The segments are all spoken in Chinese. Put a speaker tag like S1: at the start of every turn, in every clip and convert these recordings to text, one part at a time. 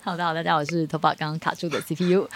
S1: 好的，好的，大家好，我是头发刚刚卡住的 CPU。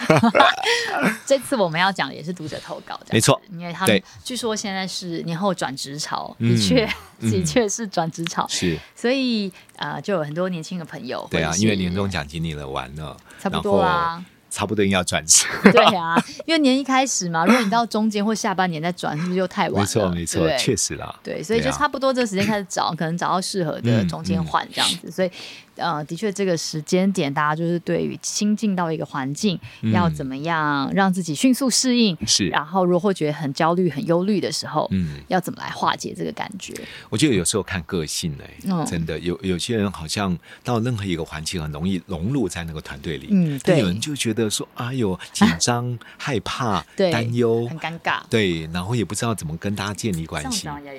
S1: 这次我们要讲的也是读者投稿，这样
S2: 没错，
S1: 因为他们
S2: 对
S1: 据说现在是年后转职潮，
S2: 嗯
S1: 的确，
S2: 嗯
S1: 的确是转职潮，
S2: 是
S1: 所以呃，就有很多年轻的朋友，
S2: 对啊
S1: 或，者是
S2: 因为年终奖金领了完了，
S1: 差不多啊啦
S2: 然，差不多应该要转职。
S1: 对啊，因为年一开始嘛，如果你到中间或下半年再转，是不是又太晚了？
S2: 没错，没
S1: 对
S2: 错
S1: 不，对
S2: 确实啦。
S1: 对，所以
S2: 对
S1: 就
S2: 啊
S1: 差不多这个时间开始 找，可能找到适合的
S2: 嗯
S1: 中间换这样子。所以，呃，的确这个时间点，大家就是对于新进到一个环境，
S2: 嗯
S1: 要怎么样让自己迅速适应，
S2: 是，
S1: 然后如果觉得很焦虑、很忧虑的时候，
S2: 嗯，
S1: 要怎么来化解这个感觉？
S2: 我觉得有时候看个性哎、
S1: 嗯
S2: 真的有有些人好像到任何一个环境很容易融入在那个团队里，
S1: 嗯
S2: 但
S1: 对
S2: 有人就觉得说，哎呦，紧 张、害怕、
S1: 对
S2: 担忧
S1: 很，尴尬，
S2: 对，然后也不知道怎么跟大家建立
S1: 这
S2: 关
S1: 样啊
S2: 系
S1: 讲，也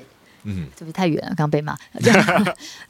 S2: 嗯。
S1: 是不是太远了？刚刚被骂。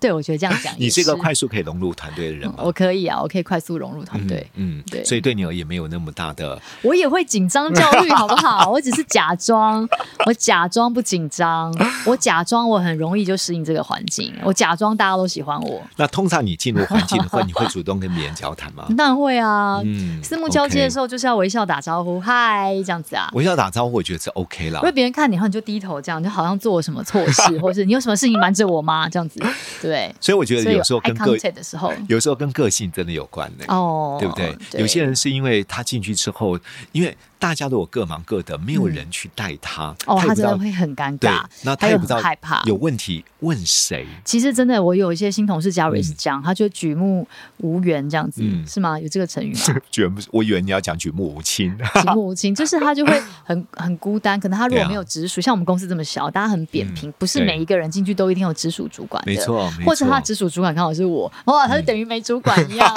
S1: 对，我觉得这样讲也，
S2: 你是一个快速可以融入团队的
S1: 嗯
S2: 人吗？
S1: 我可以啊，我可以快速融入团队。
S2: 嗯，
S1: 对
S2: 所以对你而言没有那么大的，
S1: 我也会紧张焦 虑，好不好？我只是假装，我假装不紧张，我假装我很容易就适应这个环境，我假装大家都喜欢我，
S2: 那通常你进入环境的话，你会主动跟别人交谈吗？
S1: 当然会啊。
S2: 嗯
S1: 四目交接的时
S2: 候，
S1: 候就是要微笑打招呼，嗨，这样子啊。
S2: 我要打招呼，我觉得是 OK 啦
S1: 如。果别人看你的话，你就低头，这样就好像做了什么错 事，或是你有什么事情瞒着我吗？这样子，对。
S2: 所以我觉
S1: 所
S2: 得
S1: 以
S2: 有时候
S1: eye
S2: 跟个
S1: contact 的时候，
S2: 有时候跟个性真的有关呢、
S1: 哦，
S2: 对不对？有些人是因为他进去之后，因为大家都有各忙各的，没有人去带他，
S1: 哦，
S2: 他也
S1: 他
S2: 不知
S1: 真的
S2: 道，
S1: 会很尴
S2: 对
S1: 尬，，
S2: 那
S1: 他
S2: 他
S1: 又
S2: 也不
S1: 很
S2: 知道
S1: 害怕，
S2: 有问题问谁。
S1: 其实真的，我有一些新同事加入也是
S2: 嗯
S1: 这样，他就举目无缘这样子，
S2: 嗯
S1: 是吗？有这个成语吗？
S2: 绝不是，我以为你要讲举目无亲，
S1: 举目无亲，就是他就会 很很孤单。可能他如果
S2: 对啊
S1: 没有直属，像我们公司这么小，大家很扁平，不是
S2: 对
S1: 每一个人进去都一定有直属主管的。
S2: 没错，没错
S1: 或者他直属主管刚好是我，哇，他就等于没主管一 样，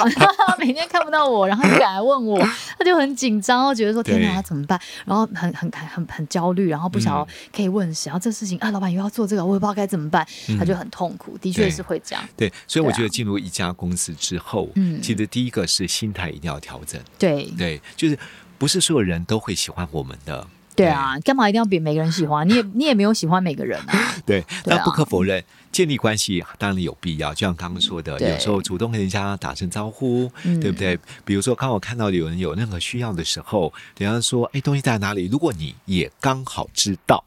S1: 每天看不到我，然后就敢来问我，他就很紧张，觉得说
S2: 对
S1: 天哪，他怎么办？然后很很很很很焦虑，然后不晓
S2: 嗯
S1: 得可以问谁，然后这事情啊，老板又要做这个，我也不知道该怎么办，他就很痛苦，的确
S2: 嗯对
S1: 是会这样，
S2: 对，所以我
S1: 对啊
S2: 觉得进入一家公司之后，
S1: 嗯
S2: 其实第一个是心态一定要调整，
S1: 对
S2: 对，就是不是所有人都会喜欢我们的，
S1: 对啊，干嘛一定要比每个人喜欢？你也你也没有喜欢每个人 啊。
S2: 对，
S1: 对啊
S2: 但不可否认，建立关系当然有必要。就像刚刚说的，
S1: 对
S2: 有时候主动跟人家打声招呼，
S1: 嗯
S2: 对不对？比如说，刚好看到有人有任何需要的时候，人家说：“哎，东西在哪里？”如果你也刚好知道，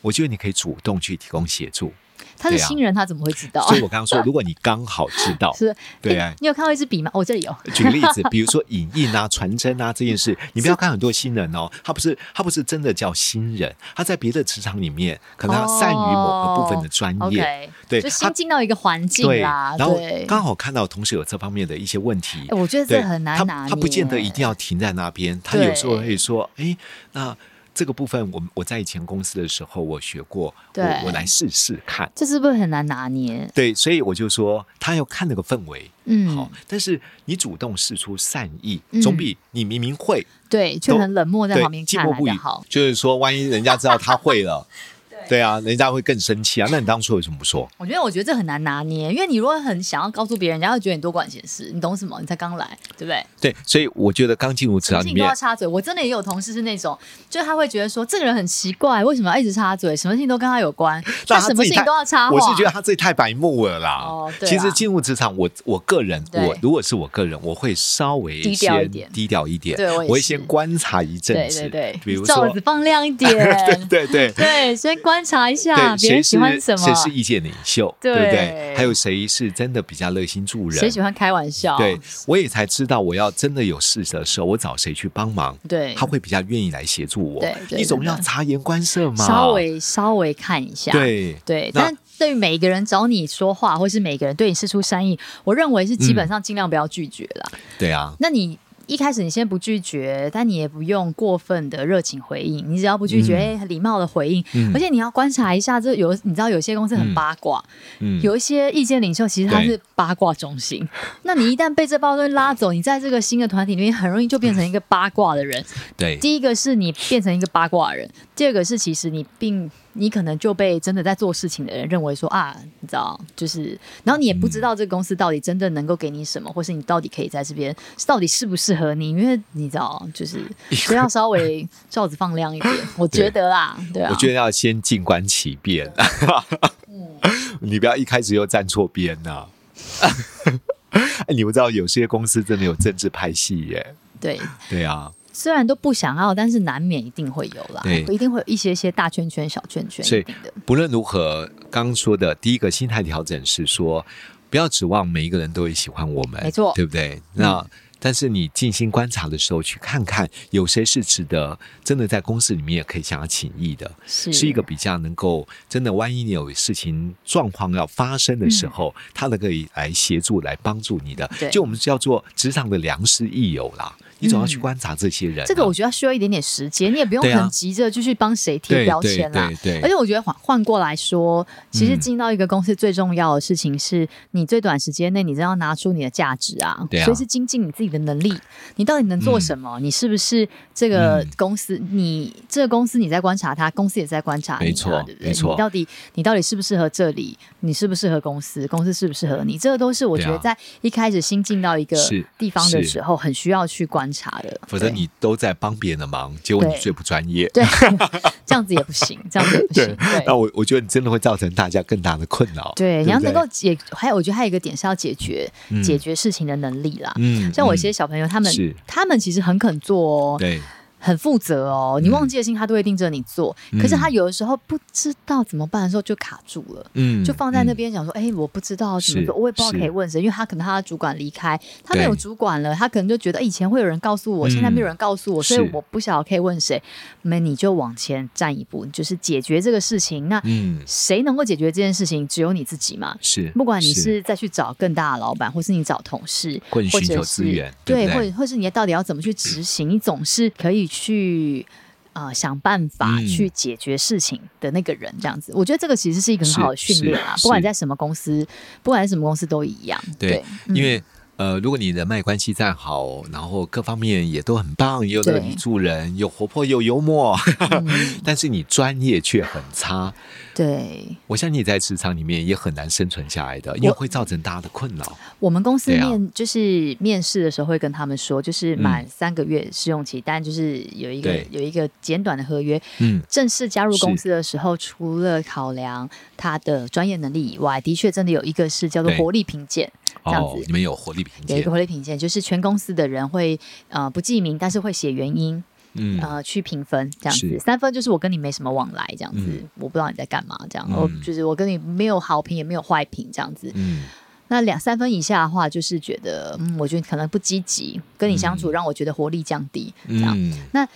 S2: 我觉得你可以主动去提供协助。
S1: 他是
S2: 对啊
S1: 新人，他怎么会知道？，
S2: 所以我刚刚说，如果你刚好知道
S1: 是，
S2: 对
S1: 诶
S2: 啊
S1: 你有看到一支笔吗？哦我、这里有。
S2: 举个例子，比如说影印啊、传真啊这件事，你不要看很多新人哦，他不是他不是真的叫新人，他在别的职场里面可能他善于某个部分的专业，
S1: OK，
S2: 对
S1: 就
S2: 他
S1: 新进到一个环境
S2: 对，
S1: 哦啦，
S2: 然后
S1: 对。
S2: 刚好看到同事有这方面的一些问题
S1: 诶，我觉得
S2: 对，
S1: 这很难拿
S2: 他
S1: 捏，哎
S2: 他不见得一定要停在那边，他有时候会说，哎，那这个部分我们我在以前公司的时候我学过，
S1: 对
S2: 我我来试试看。
S1: 这是不是很难拿捏？
S2: 对，所以我就说，他要看那个氛围，好
S1: 嗯，，
S2: 但是你主动示出善意，
S1: 嗯
S2: 总比你明明会
S1: 对，却
S2: 都
S1: 很冷漠在
S2: 对
S1: 旁边
S2: 静
S1: 看
S2: 默
S1: 来
S2: 不
S1: 的
S2: 语
S1: 好。，
S2: 就是说，万一人家知道他 会了，对啊，人家会更生气啊。那你当初为什么不说？
S1: 我觉得，我觉得这很难拿捏，因为你如果很想要告诉别人，人家会觉得你多管闲事，你懂什么？你才刚来，对不对？
S2: 对，所以我觉得刚进入职
S1: 什么
S2: 场
S1: 事
S2: 里
S1: 情都
S2: 面
S1: 要，插嘴。我真的也有同事是那种，就他会觉得说这个人很奇怪，为什么要一直插嘴？什么事情都跟他有 关，
S2: 那
S1: 他
S2: 他
S1: 什么
S2: 自己
S1: 事情
S2: 太
S1: 都要插话。
S2: 我是觉得他自己太白目了啦。
S1: 哦对啊
S2: 其实进入职场，我我个人，
S1: 对
S2: 我如果是我个人，我会稍微
S1: 低调一
S2: 先
S1: 点
S2: 低调一点，
S1: 对我也是
S2: 会先观察一阵
S1: 对
S2: 子，
S1: 对对，
S2: 比如
S1: 罩
S2: 说
S1: 子，放亮一
S2: 对
S1: 点，
S2: 对对，
S1: 对，先观察一下别
S2: 对，谁
S1: 人
S2: 是
S1: 喜欢什么
S2: 谁，是意见领袖，
S1: 对
S2: 不对？还有谁是真的比较热心助人？
S1: 谁喜欢开玩笑，
S2: 对，我也才知道，我要真的有事的时候，我找谁去帮忙，
S1: 对
S2: 他会比较愿意来协助我。
S1: 对对
S2: 你总
S1: 对
S2: 要
S1: 对
S2: 察言观色嘛，
S1: 稍微稍微看一下，
S2: 对
S1: 对，
S2: 那
S1: 但对于每一个人找你说话，
S2: 嗯
S1: 或是每个人对你示出善意，我认为是基本上尽量不要拒绝啦。
S2: 对啊，
S1: 那你一开始你先不拒绝，但你也不用过分的热情回应，你只要不拒绝，哎、礼貌的回应，
S2: 嗯
S1: 而且你要观察一下，这有你知道有些公司很
S2: 嗯
S1: 八卦，
S2: 嗯
S1: 有一些意见领袖其实他
S2: 对
S1: 是八卦中心，那你一旦被这八卦中心拉走，你在这个新的团体里面很容易就变成一个八卦的人。
S2: 对
S1: 第一个是你变成一个八卦人，第二个是其实你并你可能就被真的在做事情的人认为说啊，你知道，就是，然后你也不知道这个公司到底真的能够给你什么，或是你到底可以在这边到底适不适合你，因为你知道，就是所以要稍微罩子放亮一 点，我觉得啦，对啊，
S2: 我觉得要先静观其变。
S1: 嗯
S2: 你不要一开始又站错边呐、 哎你不知道有些公司真的有政治派系耶。
S1: 对，
S2: 对啊，
S1: 虽然都不想要，但是难免一定会有啦，
S2: 对
S1: 一定会有一些些大圈圈、小圈圈，
S2: 所以
S1: 一定的。
S2: 不论如何，刚刚说的第一个心态调整是说，不要指望每一个人都会喜欢我们，
S1: 没错嗯
S2: 对不对？那、但是你静心观察的时候，去看看有谁是值得真的在公司里面也可以想要请益的，
S1: 是
S2: 是一个比较能够真的，万一你有事情状况要发生的时候，他能够来协助、来帮助你的
S1: 嗯对。
S2: 就我们叫做职场的良师益友啦，你总要去
S1: 嗯
S2: 观察这些人啊、
S1: 这个我觉得需要一点点时间，你也不用
S2: 对啊
S1: 很急着就去帮谁贴
S2: 对
S1: 标
S2: 对
S1: 签啦。啊
S2: 对对
S1: 而且我觉得换换过来说，其实
S2: 嗯
S1: 进到一个公司最重要的事情是你最短时间内你真要拿出你的价值啊，
S2: 对啊
S1: 所以是精进你自己的能力，你到底能做什么？你是不是这个
S2: 嗯
S1: 公司？你这个公司你在观察它，公司也在观察你、啊，
S2: 没错
S1: 对不对？
S2: 没错
S1: 你到底你到底适不适合这里？你适不适合公司？公司适不适合你？这个都是我觉
S2: 对
S1: 得
S2: 啊
S1: 在一开始新进到一个
S2: 是
S1: 地方的
S2: 是
S1: 时候很需要去观察的，
S2: 否则
S1: 对
S2: 你都在帮别人的忙，结果你
S1: 对
S2: 最不专业。
S1: 对， 这样子也不行，这样子也 不行。对，
S2: 那我我觉得你真的会造成大家更大的困扰。
S1: 对，
S2: 不
S1: 你要能够解，还有我觉得还有一个点是要解决、
S2: 嗯
S1: 解决事情的能力啦。
S2: 嗯
S1: 像我一些
S2: 嗯
S1: 小朋友，他们
S2: 是
S1: 他们其实很肯做哦，
S2: 对
S1: 很负责哦。你忘记的事情，他都会盯着你做。可是他
S2: 嗯
S1: 有的时候不知道怎么办的时候，就卡住了。
S2: 嗯
S1: 就放在那边想说，哎、我不知道怎么
S2: 是
S1: 做，我也不知道
S2: 是
S1: 可以问谁，因为他可能他的主管离开，他没有
S2: 对
S1: 主管了，他可能就觉得、哎以前会有人告诉我，
S2: 嗯
S1: 现在没有人告诉我，所以
S2: 是
S1: 我不晓得可以问谁。那你就往前站一步，你就是解决这个事情。那
S2: 嗯嗯
S1: 谁能够解决这件事情？只有你自己嘛。
S2: 是，
S1: 不管你是再去找更大的老板，或是你找同事，
S2: 或者
S1: 或
S2: 寻
S1: 者
S2: 求
S1: 是
S2: 资源对
S1: 对，
S2: 不对
S1: 或者或是你到底要怎么去执行，你总是可以去呃想办法
S2: 嗯
S1: 去解决事情的那个人，这样子，我觉得这个其实是一个很好的
S2: 是
S1: 训练啊，
S2: 是
S1: 不管
S2: 是
S1: 在什么公司，不管在什么公司都一样，
S2: 对
S1: 对，，嗯
S2: 因为。呃，如果你人脉关系再好，然后各方面也都很棒，又乐于
S1: 对
S2: 助人，又活泼又幽默，
S1: 嗯
S2: 但是你专业却很差，
S1: 对，
S2: 我相信你在职场里面也很难生存下来的，因为
S1: 我
S2: 会造成大家的困扰。
S1: 我们公司
S2: 对啊嗯
S1: 面就是面试的时候会跟他们说，就是满三个月试用期，但就是有一个
S2: 对
S1: 有一个简短的合约。
S2: 嗯，
S1: 正式加入公
S2: 是
S1: 司的时候，除了考量他的专业能力以外，的确真的有一个是叫做
S2: 对
S1: 活力评鉴，这样
S2: 哦
S1: 子，
S2: 你们有活力凭
S1: 有一
S2: 借
S1: 个，活力评鉴，就是全公司的人会呃不记名，但是会写原因，
S2: 嗯，
S1: 呃去评分这样子
S2: 是。
S1: 三分就是我跟你没什么往来这样子，
S2: 嗯
S1: 我不知道你在干嘛这样，
S2: 嗯
S1: 我就是我跟你没有好评也没有坏评这样子。
S2: 嗯，
S1: 那两三分以下的话，就是觉得嗯，我觉得可能不积极，跟你相处让我觉得活力降低这样。
S2: 嗯，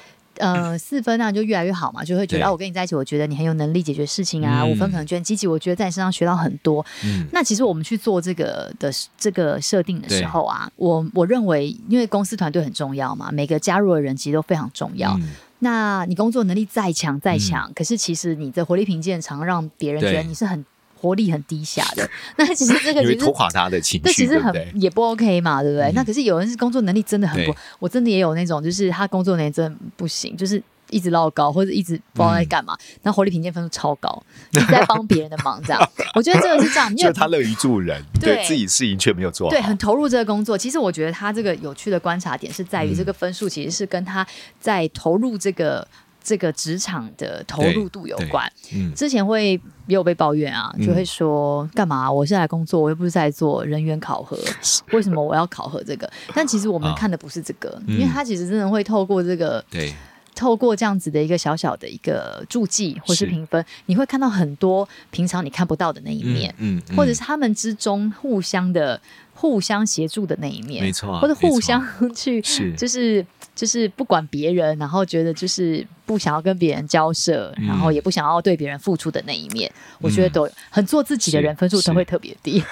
S1: 呃，四分那就越来越好嘛，就会觉得
S2: 对
S1: 啊，我跟你在一起，我觉得你很有能力解决事情啊。
S2: 嗯
S1: 五分可能觉得积极，我觉得在你身上学到很多。
S2: 嗯，
S1: 那其实我们去做这个的这个设定的时候啊，我我认为，因为公司团队很重要嘛，每个加入的人其实都非常重要。
S2: 嗯
S1: 那你工作能力再强再强，可是其实你的活力评鉴常让别人觉得
S2: 对
S1: 你是很活力很低下的。 那其实这个
S2: 因为
S1: 其实
S2: 拖垮他的情
S1: 这
S2: 绪，
S1: 其实
S2: 对不
S1: 很
S2: 对？
S1: 也不 OK 嘛，对不对？
S2: 嗯
S1: 那可是有人是工作能力真的很不
S2: 对，
S1: 我真的也有那种，就是他工作能力真的不行，就是一直唠高或者一直不知
S2: 嗯
S1: 道在干嘛，然后活力评鉴分数超高，一直在帮别人的忙，这样，我觉得这个是这 样，因
S2: 就
S1: 为
S2: 是他乐于助人，
S1: 对
S2: 对自己事情却没有做好，
S1: 对，很投入这个工作。其实我觉得他这个有趣的观察点是在于，
S2: 嗯
S1: 这个分数其实是跟他在投入这个这个职场的投入度有
S2: 对对
S1: 关。
S2: 嗯，
S1: 之前会也有被抱怨啊，
S2: 嗯
S1: 就会说干嘛？我是来工作，我又不是在做人员考核，为什么我要考核这个？但其实我们
S2: 啊
S1: 看的不是这个，
S2: 嗯
S1: 因为他其实真的会透过这个，
S2: 对，
S1: 透过这样子的一个小小的一个注记或是
S2: 是
S1: 评分，你会看到很多平常你看不到的那一面，
S2: 嗯，嗯
S1: 或者是他们之中互相的互相协助的那一面，
S2: 没错
S1: 或者
S2: 没
S1: 互
S2: 错
S1: 相去
S2: 是
S1: 就是就是不管别人，然后觉得就是不想要跟别人交涉，
S2: 嗯
S1: 然后也不想要对别人付出的那一面，我觉得
S2: 嗯
S1: 都很做自己的人
S2: 是
S1: 分数都
S2: 是
S1: 会特别低。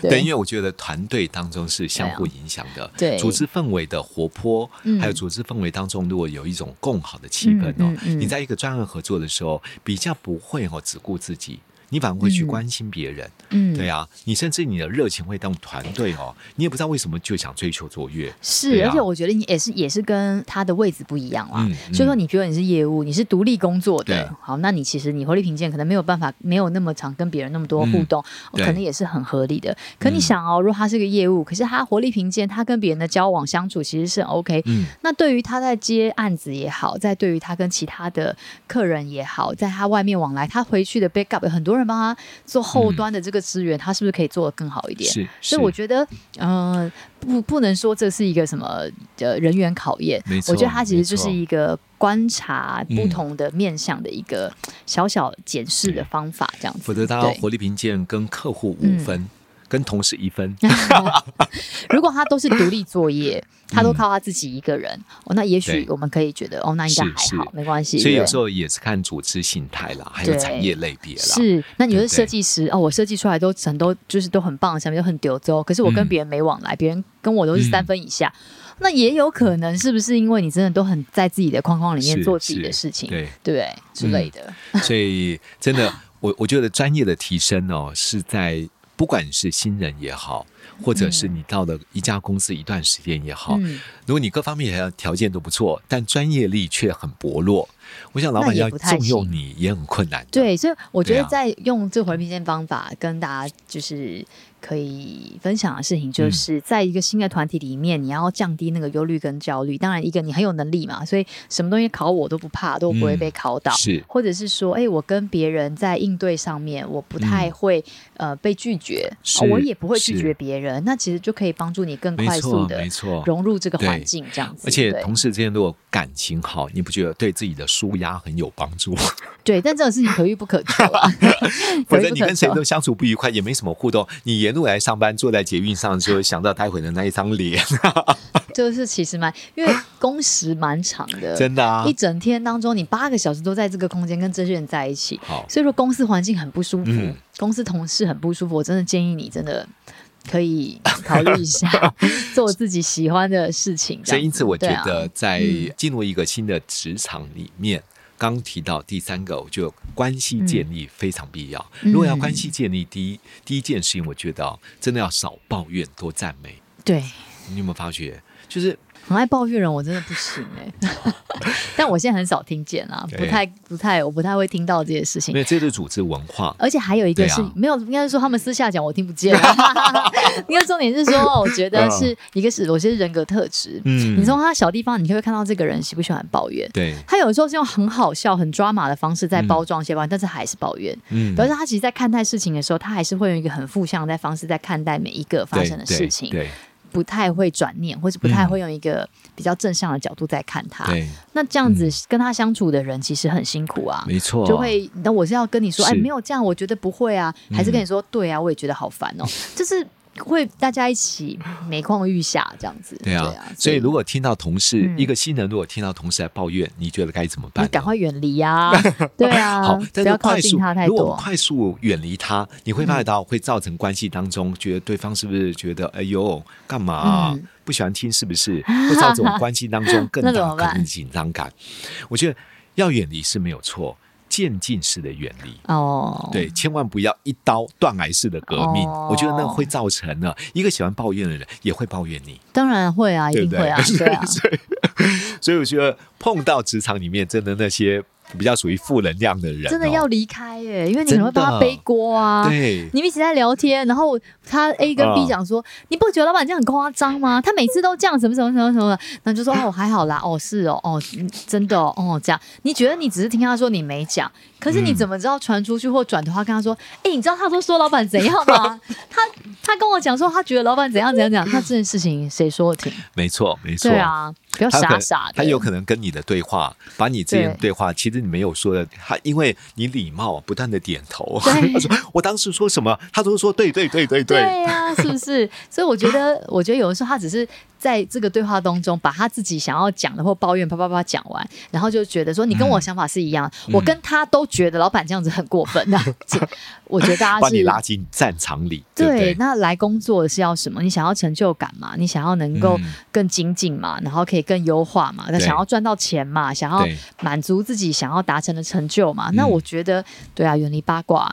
S2: 对，因为我觉得团队当中是相互影响的，
S1: 对啊对
S2: 组织氛围的活泼，
S1: 嗯
S2: 还有组织氛围当中如果有一种共好的气氛哦，
S1: 嗯嗯嗯
S2: 你在一个专案合作的时候，比较不会哦只顾自己。你反而会去
S1: 嗯
S2: 关心别人，
S1: 嗯，
S2: 对啊，你甚至你的热情会当团队哦，你也不知道为什么就想追求卓越，
S1: 是，
S2: 对啊
S1: 而且我觉得你也是也是跟他的位置不一样啦。
S2: 嗯嗯
S1: 所以说，你比如你是业务，你是独立工作
S2: 对
S1: 的，好，那你其实你活力评鉴可能没有办法，没有那么常跟别人那么多互动，哦
S2: 嗯对
S1: 可能也是很合理的。可
S2: 嗯
S1: 你想哦，如果他是个业务，可是他活力评鉴，他跟别人的交往相处其实是很 OK，、
S2: 嗯，
S1: 那对于他在接案子也好，在对于他跟其他的客人也好，在他外面往来，他回去的 backup 有很多人帮他做
S2: 嗯
S1: 后端的这个支援，他是不是可以做得更好一点？
S2: 是，
S1: 所以我
S2: 是
S1: 觉得，嗯、不不能说这是一个什么呃人员考验
S2: 没，错
S1: 我觉得它其实就
S2: 没
S1: 是
S2: 错
S1: 一个观察
S2: 嗯
S1: 不同的面向的一个小小检视的方法，这样
S2: 否
S1: 子。
S2: 则他
S1: 对嗯
S2: 活力评鉴跟客户五分，跟同事一分，
S1: 如果他都是独立作业，他都靠他自己一个人，哦，那也许
S2: 嗯对
S1: 我们可以觉得，哦，那应该
S2: 是是
S1: 还好，没关系。
S2: 所以有
S1: 对
S2: 时候也是看组织形态啦，还有
S1: 对
S2: 产业类别啦，
S1: 是，那你
S2: 对
S1: 说
S2: 不对
S1: 设计师哦，我设计出来都很都就是都很棒，下面都很丢周，可是我跟
S2: 嗯
S1: 别人没往来，别人跟我都是三
S2: 嗯
S1: 分以下，那也有可能是不是因为你真的都很在自己的框框里面
S2: 是
S1: 做自己
S2: 是
S1: 的事情，
S2: 对嗯
S1: 对不对之类的？
S2: 所以真的，我我觉得专业的提升哦，是在不管是新人也好，或者是你到了一家公司一段时间也好，
S1: 嗯
S2: 如果你各方面条条件都不错，但专业力却很薄弱，我想老
S1: 那
S2: 板
S1: 也
S2: 要
S1: 不太
S2: 重用
S1: 行
S2: 你也很困难。，
S1: 对，所以我觉
S2: 对
S1: 得
S2: 啊
S1: 在用这回避线方法跟大家就是可以分享的事情，就
S2: 嗯
S1: 是在一个新的团体里面，你要降低那个忧虑跟焦虑。当然，一个你很有能力嘛，所以什么东西考我都不怕，都不会
S2: 嗯
S1: 被考倒。
S2: 是
S1: 或者是说，哎，我跟别人在应对上面，我不太会、呃被拒绝、
S2: 嗯是
S1: 哦我也不会拒
S2: 是
S1: 绝别人，那其实就可以帮助你更
S2: 没
S1: 快速
S2: 错，
S1: 的
S2: 没错。
S1: 融入这个环
S2: 对
S1: 境，这样子。
S2: 而且
S1: 对
S2: 同事之间如果感情好，你不觉得对自己的舒压很有帮助？，
S1: 对，但这种事情可遇不可求啊
S2: 否
S1: 可
S2: 则
S1: 遇不
S2: 你
S1: 可
S2: 跟谁
S1: 求
S2: 都相处不愉快，也没什么互动。你沿路来上班，坐在捷运上就会想到待会的那一张脸，
S1: 就是其实蛮，因为工时蛮长的，
S2: 真的啊
S1: 一。整天当中，你八个小时都在这个空间跟这些人在一起，
S2: 好，
S1: 所以说公司环境很不舒服，
S2: 嗯
S1: 公司同事很不舒服，我真的建议你真的可以考虑一 下，做自己喜欢的事情。这
S2: 所
S1: 样
S2: 以因此我觉
S1: 对啊
S2: 得在
S1: 嗯
S2: 进入一个新的职场里面。刚提到第三个，我觉得关系
S1: 嗯
S2: 建立非常必要。如果要关系建立，第一第一件事情，我觉得哦真的要少抱怨，多赞美。
S1: 对，
S2: 你有没有发觉？就是
S1: 很爱抱怨人，我真的不行哎、 但我现在很少听见啦，
S2: 对
S1: 不太不太，我不太会听到这些事情
S2: 因。为这是组织文化，
S1: 而且还有一个
S2: 对啊
S1: 是、没有，应该是说他们私下讲我听不见。 应该重点是说，我觉得是一个是有些人格特质，
S2: 嗯
S1: 你从他小地方，你就会看到这个人喜不喜欢抱怨。
S2: 对，
S1: 他有时候是用很好笑、很抓马的方式在包装一些抱怨，但是还是抱怨。
S2: 嗯
S1: 表示他其实，在看待事情的时候，他还是会用一个很负向的方式在看待每一个发生的事情，
S2: 对
S1: 不太会转念，或是不太会用一个比较正向的角度在看他
S2: 对。对，
S1: 那这样子跟他相处的人其实很辛苦啊。
S2: 没错，
S1: 就会，那我是要跟你说，哎，
S2: 哦是嗯
S1: 没有这样，我觉得不会啊，还是跟你说，对啊，我也觉得好烦 哦，就是会大家一起每况愈下这样子。
S2: 对啊，所以如果听到同事、一个新人，如果听到同事在抱怨，你觉得该怎么
S1: 嗯
S2: 办
S1: 你
S2: 呢？
S1: 赶快远离啊！ 对啊，
S2: 好，但
S1: 不
S2: 是
S1: 要靠
S2: 快
S1: 近
S2: 速
S1: 他太
S2: 如果我们
S1: 多。嗯
S2: 快速远离他，你会发觉到会造成关系当中，觉得对方是不是觉得哎呦干嘛啊、
S1: 嗯
S2: 不喜欢听，是不 是会造成我们关系当中更
S1: 那怎
S2: 大
S1: 么办
S2: 可能紧张感？我觉得要远离是没有错，渐进式的远离。
S1: 哦，
S2: 对，千万不要一刀断崖式的革命，
S1: 哦
S2: 我觉得那会造成了一个喜欢抱怨的人也会抱怨你。
S1: 当然会啊，一
S2: 对
S1: 定
S2: 不
S1: 会啊，
S2: 对
S1: 对啊，
S2: 所以我觉得碰到职场里面真的那些比较属于负能量的人、哦，
S1: 真的要离开耶，因为你可能会帮他背锅啊。
S2: 对。
S1: 你们一起在聊天，然后他 A 跟 B
S2: 嗯
S1: 讲说：“你不觉得老板这样很夸张吗？他每次都这样，什么什么什么什么的。”那就说：“哦，还好啦，哦，是哦，哦，嗯真的哦，哦，这样。”你觉得你只是听他说，你没讲，可是你
S2: 嗯
S1: 怎么知道传出去或转头他跟他说：“哎、你知道他都说老板怎样吗？” 他他跟我讲说他觉得老板怎样怎样怎样，那这件事情谁说得听？
S2: 没错，没错。
S1: 对啊，不要
S2: 他有
S1: 傻
S2: 可能
S1: 傻的。
S2: 他有可能跟你的对话，把你之间的
S1: 对
S2: 对话，其实你没有说的，他因为你礼貌不断的点头，
S1: 对
S2: 他说我当时 说什么，他都说对对对对对，
S1: 呀、是不是？所以我觉得，我觉得有的时候他只是在这个对话当中，把他自己想要讲的或抱怨啪啪啪讲完，然后就觉得说你跟我想法是一样，
S2: 嗯
S1: 我跟他都觉得老板这样子很过分 那这我觉得大家
S2: 把
S1: 啊是
S2: 你拉进战场里，对不
S1: 对
S2: 对，？
S1: 那来工作是要什么？你想要成就感嘛？你想要能够
S2: 嗯
S1: 更精进嘛？然后可以更优化嘛？那
S2: 对
S1: 想要赚到钱嘛？想要
S2: 对，
S1: 满足自己想要达成的成就嘛？那
S2: 嗯
S1: 我觉得，对啊，远离八卦，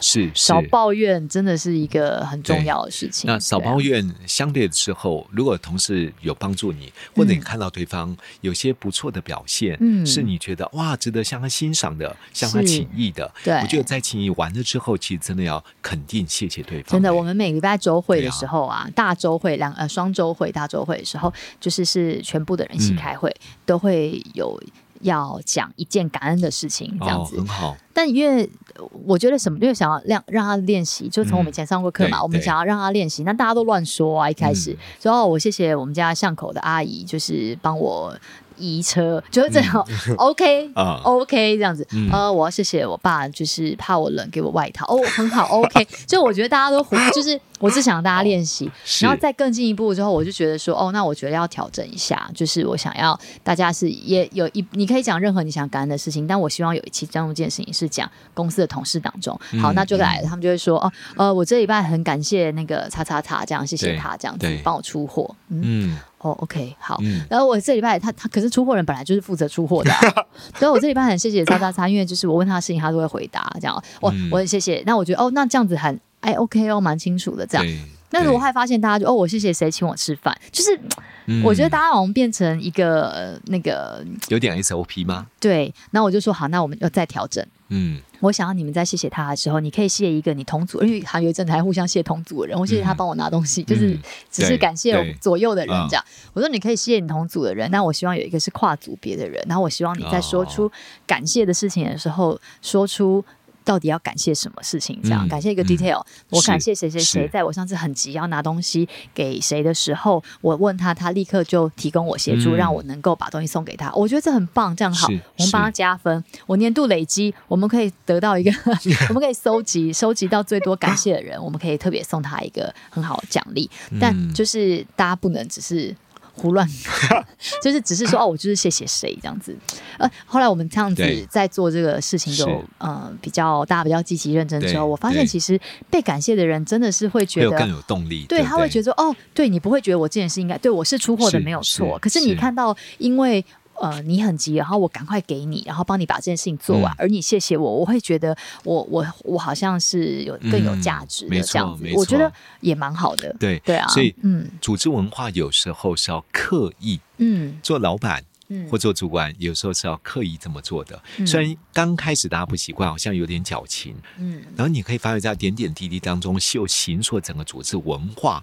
S2: 是是
S1: 少。抱怨真的是一个很重要的事情。
S2: 那少
S1: 对啊
S2: 抱怨，相对之后，如果同事有帮助你，或者你
S1: 嗯
S2: 看到对方有些不错的表现，
S1: 嗯
S2: 是你觉得哇，值得向他欣赏的，向他
S1: 是
S2: 请益的，
S1: 对
S2: 我觉得在请益完了之后，其实真的要肯定谢谢对方。
S1: 真的，
S2: 哎
S1: 我们每个礼拜周会的
S2: 对啊
S1: 时候啊，大周会两呃双周会、大周会的时候，就是是全部的人一起
S2: 嗯
S1: 开会，都会有要讲一件感恩的事情，这样
S2: 哦
S1: 子。
S2: 很好，
S1: 但因为呃我觉得什么，因为想要让让他练习，就从我们以前上过课嘛，
S2: 嗯对
S1: 我们
S2: 对
S1: 想要让他练习，那大家都乱说啊，一开始
S2: 嗯，
S1: 所以哦我谢谢我们家巷口的阿姨，就是帮我移车，就是这样、o k
S2: 啊
S1: OK 这样子，
S2: 嗯
S1: 呃，我要谢谢我爸，就是怕我冷，给我外套，哦，很好，OK，就 我觉得大家都胡，就是我是想让大家练习，
S2: 哦是
S1: 然后再更进一步之后，我就觉得说，哦，那我觉得要调整一下，就是我想要大家是也有一，你可以讲任何你想感恩的事情，但我希望有一期这样一件事情是讲公司的同事当中，好，
S2: 嗯
S1: 那就来了，他们就会说，哦，呃，我这礼拜很感谢那个叉叉叉，这样谢谢
S2: 对
S1: 他这样子
S2: 对
S1: 帮我出货，嗯，
S2: 嗯
S1: 哦，OK，好，
S2: 嗯，
S1: 然后我这礼拜他他可是出货人本来就是负责出货的、啊， 所以我这礼拜很谢谢叉叉叉，因为就是我问他的事情他都会回答，这样我、
S2: 嗯
S1: 我很谢谢。那我觉得哦，那这样子很哎 OK 哦，蛮清楚的这样。
S2: 对。
S1: 但是我
S2: 对
S1: 还发现大家就哦，我谢谢谁请我吃饭，就是、
S2: 嗯
S1: 我觉得大家好像变成一个、呃那个
S2: 有点 SOP 吗？
S1: 对，那我就说好，那我们要再调整。
S2: 嗯，
S1: 我想要你们在谢谢他的时候，你可以谢一个你同组，因为还有一阵子还互相谢同组的人，我谢谢他帮我拿东西，就是
S2: 嗯
S1: 只是感谢我
S2: 对嗯
S1: 左右的人这样。我说你可以谢谢你同组的人，那我希望有一个是跨组别的人，然后我希望你在说
S2: 哦
S1: 出感谢的事情的时候，说出。到底要感谢什么事情？这样、
S2: 嗯
S1: 感谢一个
S2: 嗯
S1: detail，、我
S2: 是
S1: 感谢谁谁谁，
S2: 是
S1: 在我上次很急要拿东西给谁的时候，我问他，他立刻就提供我协助，
S2: 嗯
S1: 让我能够把东西送给他。我觉得这很棒，这样好，
S2: 是
S1: 我们帮他
S2: 是
S1: 加分。我年度累积，我们可以得到一 个， 我们可以搜集收集到最多感谢的人， 我们可以特别送他一个很好的奖励。但
S2: 嗯
S1: 就是大家不能只是。胡乱， 就是只是说哦，我就是谢谢谁这样子。呃，后来我们这样子
S2: 对
S1: 在做这个事情就，
S2: 是
S1: 呃比较大家比较积极认真之后，
S2: 对
S1: 我发现
S2: 对
S1: 其实被感谢的人真的是会
S2: 会
S1: 觉
S2: 有
S1: 得
S2: 更有动力。
S1: 对，
S2: 不
S1: 他会觉得哦，对你不会觉得我这件事应该对我是出货的
S2: 是
S1: 没有
S2: 是
S1: 错，可是你
S2: 是
S1: 看到因为。呃，你很急，然后我赶快给你，然后帮你把这件事情做完，
S2: 嗯
S1: 而你谢谢我，我会觉得我我我好像是有更有价值
S2: 嗯没
S1: 的
S2: 错
S1: 这样子，
S2: 没
S1: 我觉得
S2: 错
S1: 也蛮好的。
S2: 对
S1: 对啊，
S2: 所以
S1: 嗯
S2: 组织文化有时候是要刻意
S1: 嗯
S2: 做老板
S1: 嗯，
S2: 或做主管，有时候是要刻意这么做的。虽然刚开始大家不习惯，好像有点矫情，
S1: 嗯
S2: 然后你可以发觉在点点滴滴当中，是有形塑整个组织文 化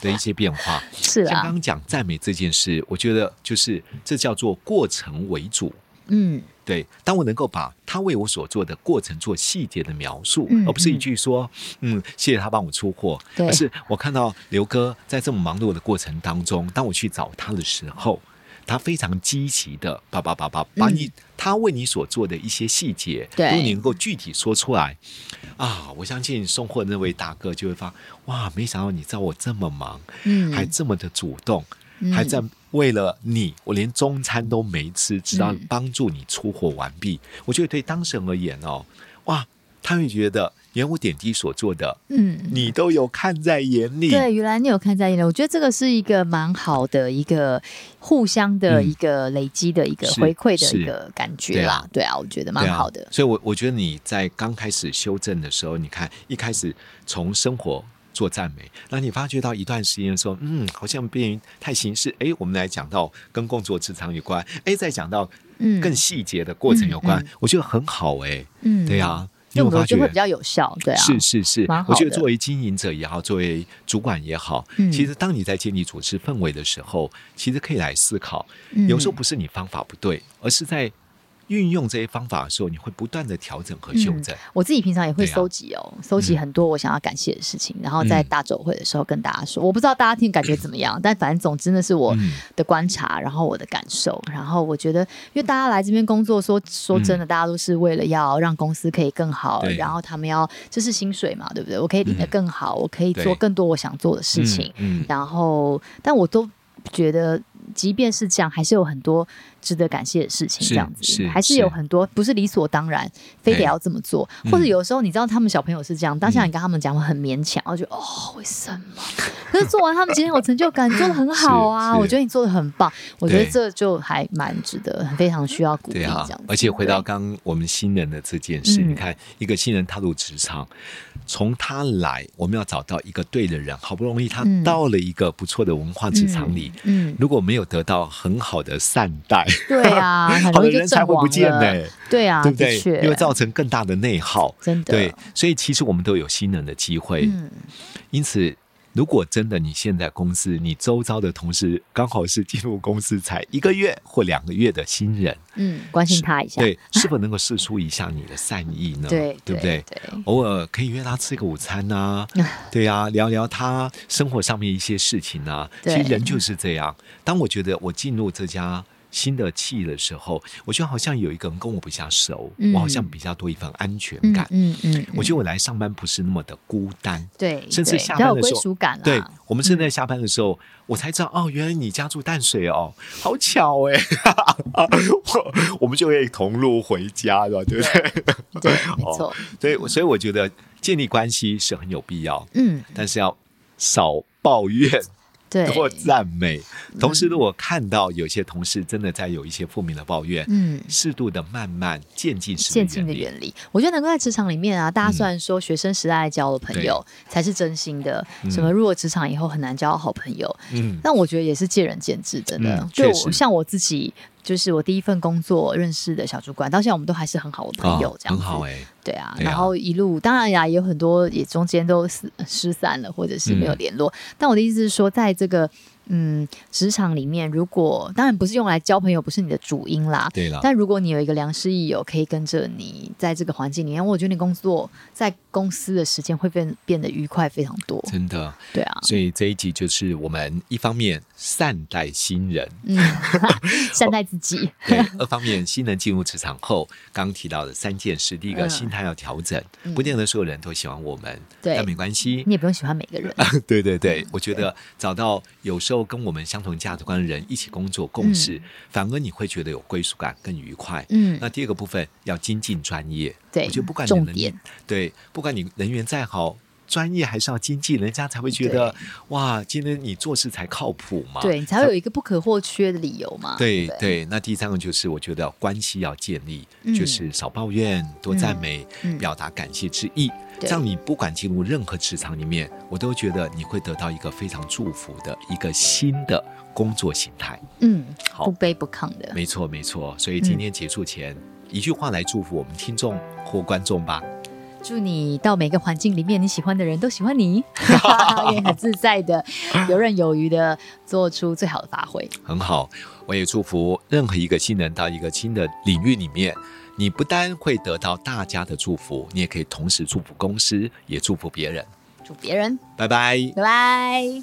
S2: 的一些变化。
S1: 是啊
S2: 像刚
S1: 啦，
S2: 刚讲赞美这件事，我觉得就是这叫做过程为主。
S1: 嗯
S2: 对，当我能够把他为我所做的过程做细节的描述，
S1: 嗯
S2: 而不是一
S1: 嗯
S2: 句说“嗯，谢谢他帮我出货”，
S1: 对
S2: 而是我看到刘哥在这么忙碌的过程当中，当我去找他的时候，他非常积极的把把把把把
S1: 嗯
S2: 你、他为你所做的一些细节，
S1: 对
S2: 如果你能够具体说出来啊，我相信送货的那位大哥就会发哇，没想到你在我这么忙，
S1: 嗯，
S2: 还这么的主动，
S1: 嗯
S2: 还在为了你，我连中餐都没吃，直到
S1: 嗯
S2: 帮助你出货完毕。我觉得对当事人而言哦，哇，他会觉得连我点滴所做的，
S1: 嗯。
S2: 你都有看在眼里。
S1: 对，原来你有看在眼里，我觉得这个是一个蛮好的一个互相的
S2: 嗯
S1: 一个累积的一个
S2: 是
S1: 回馈的
S2: 是
S1: 一个感觉
S2: 对
S1: 啦
S2: 啊。
S1: 对啊，我觉得
S2: 对
S1: 蛮
S2: 啊
S1: 好的。
S2: 所以我，我觉得你在刚开始修正的时候，你看一开始从生活做赞美，那你发觉到一段时间说，嗯，好像变太形式。哎，我们来讲到跟工作职场有关，哎，再讲到
S1: 嗯
S2: 更细节的过程有关，
S1: 嗯嗯
S2: 我觉得很好哎、
S1: 嗯
S2: 对啊，
S1: 那
S2: 你有
S1: 我
S2: 没有
S1: 们
S2: 发觉
S1: 就会比较有效，对啊，
S2: 是是是
S1: 蛮，好
S2: 我觉得
S1: 的
S2: 作为经营者也好，作为主管也好，
S1: 嗯
S2: 其实当你在建立组织氛围的时候，其实可以来思考，
S1: 嗯
S2: 有时候不是你方法不对，而是在运用这些方法的时候，你会不断的调整和修正。
S1: 我自己平常也会
S2: 对啊
S1: 搜集哦，搜集很多我想要感谢的事情，然后在
S2: 嗯
S1: 大周会的时候跟大家说。我不知道大家听感觉怎么样，但反正总之那是我
S2: 嗯
S1: 的观察，然后我的感受，然后我觉得，因为大家来这边工作说说真的，大家都是为了要让公司可以更好，
S2: 嗯对
S1: 然后他们要这是薪水嘛，对不对？我可以领得
S2: 嗯
S1: 更好，我可以做
S2: 对嗯
S1: 更多我想做的事情，
S2: 嗯，嗯
S1: 然后，但我都觉得，即便是这样，还是有很多值得感谢的事情。
S2: 是
S1: 这样子，
S2: 是
S1: 还是有
S2: 是
S1: 很多不是理所当然，非得
S2: 对
S1: 要这么做。
S2: 嗯
S1: 或者有时候你知道他们小朋友是这样，当下
S2: 嗯
S1: 你跟他们讲，我很勉强，我就哦，为什么？ 可是做完他们今天有成就感，你做的很好啊，
S2: 是
S1: 我觉得你做的很棒，我觉得
S2: 对
S1: 这就还蛮值得，非常需要鼓励
S2: 对
S1: 这
S2: 啊
S1: 样子。，
S2: 而且回到
S1: 对
S2: 刚刚我们新人的这件事，
S1: 嗯
S2: 你看一个新人踏入职场，从他来，我们要找到一个对的人，好不容易他
S1: 嗯
S2: 到了一个不错的文化职场里，
S1: 嗯，
S2: 如果没有得到很好的善待，
S1: 对 啊，很
S2: 好
S1: 容
S2: 的
S1: 易就
S2: 人才
S1: 阵
S2: 会
S1: 亡
S2: 不见呢、
S1: 了。对啊，
S2: 对不
S1: 的
S2: 对？
S1: 确
S2: 又会造成更大的内耗。
S1: 真的
S2: 对，，所以其实我们都有新人的机会，
S1: 嗯，
S2: 因此。如果真的你现在公司，你周遭的同事刚好是进入公司才一个月或两个月的新人，
S1: 嗯，关心他一下，
S2: 对，是否能够试出一下你的善意 呢？
S1: 对
S2: 对不对？哦
S1: 对，
S2: 偶尔可以约他吃个午 餐呐、对呀、聊聊他生活上面一些事情啊。其
S1: 对
S2: 实人就是这样。当我觉得我进入这家新的企业的时候，我觉得好像有一个人跟我比较熟，
S1: 嗯
S2: 我好像比较多一份安全
S1: 嗯
S2: 感。
S1: 嗯嗯，嗯
S2: 我觉得我来上班不是那么的孤单。
S1: 对，
S2: 甚至
S1: 对
S2: 下
S1: 比较
S2: 班
S1: 有
S2: 的
S1: 归
S2: 时候
S1: 属感啦，啊嗯
S2: 对，我们正在下班的时候，我才知道哦，原来你家住淡水哦，好巧哎、 我我们就会同路回家了，对不对？
S1: 对，没
S2: 哦
S1: 错，
S2: 所以，所以我觉得建立关系是很有必要，
S1: 嗯，
S2: 但是要少抱怨，
S1: 对， 嗯
S2: 多赞美。同时，如果看到有些同事真的在有一些负面的抱怨，
S1: 嗯。
S2: 适度的慢慢渐进式
S1: 渐进的
S2: 理嗯
S1: 原理，我觉得能够在职场里面啊，大家虽然说学生时代交的朋友才是真心的，什么入了职场以后很难交好朋友，
S2: 嗯，
S1: 但我觉得也是见仁见智，真的。
S2: 嗯
S1: 对
S2: 确
S1: 我
S2: 实
S1: 像我自己，就是我第一份工作认识的小主管，到现在我们都还是很好的朋友，
S2: 哦
S1: 这样
S2: 很
S1: 子。
S2: 好哎、
S1: 对啊，
S2: 对啊
S1: 然后一路当然呀，也有很多也中间都失失散了，或者是
S2: 嗯
S1: 没有联络。但我的意思是说，在这个嗯职场里面，如果当然不是用来交朋友，不是你的主因啦。
S2: 对啊了，
S1: 但如果你有一个良师益友，可以跟着你在这个环境里面，我觉得你工作在公司的时间会变变得愉快非常多。
S2: 真的。
S1: 对 啊，
S2: 所以这一集就是我们一方面善待新人，
S1: 嗯，善待自己，
S2: 对，二方面，新人进入职场后，刚刚提到的三件事，第一个，
S1: 嗯
S2: 心态要调整，
S1: 嗯
S2: 不见得所有人都喜欢我们，
S1: 对嗯
S2: 但没关系
S1: 你，也不用喜欢每个 人。
S2: 对对对，我觉得找到有时候跟我们相同价值观的人一起工作共事，反而你会觉得有归属感，更愉快。
S1: 嗯，
S2: 那第二个部分要精进专业，
S1: 对
S2: 我觉得哦不管你
S1: 重
S2: 能
S1: 点
S2: 对，不管你人缘再好。专业还是要精进，人家才会觉得哇，今天你做事才靠谱嘛。
S1: 对你才会有一个不可或缺的理由嘛。
S2: 啊对
S1: 啊不
S2: 对，那第三个就是我觉得关系要建立，
S1: 嗯
S2: 就是少抱怨，多赞美，
S1: 嗯嗯
S2: 表达感谢之意。
S1: 对
S2: 这样你不管进入任何职场里面，我都觉得你会得到一个非常祝福的一个新的工作形态。
S1: 嗯，
S2: 好
S1: 不卑不亢的。嗯
S2: 没错，没错。所以今天结束前，一句话来祝福我们听众或观众吧。
S1: 祝你到每个环境里面，你喜欢的人都喜欢你，哈哈也很自在的、游刃有余的做出最好的发挥。
S2: 很好，我也祝福任何一个新人到一个新的领域里面，你不单会得到大家的祝福，你也可以同时祝福公司，也祝福别人。
S1: 祝别人，
S2: 拜拜。
S1: 拜拜。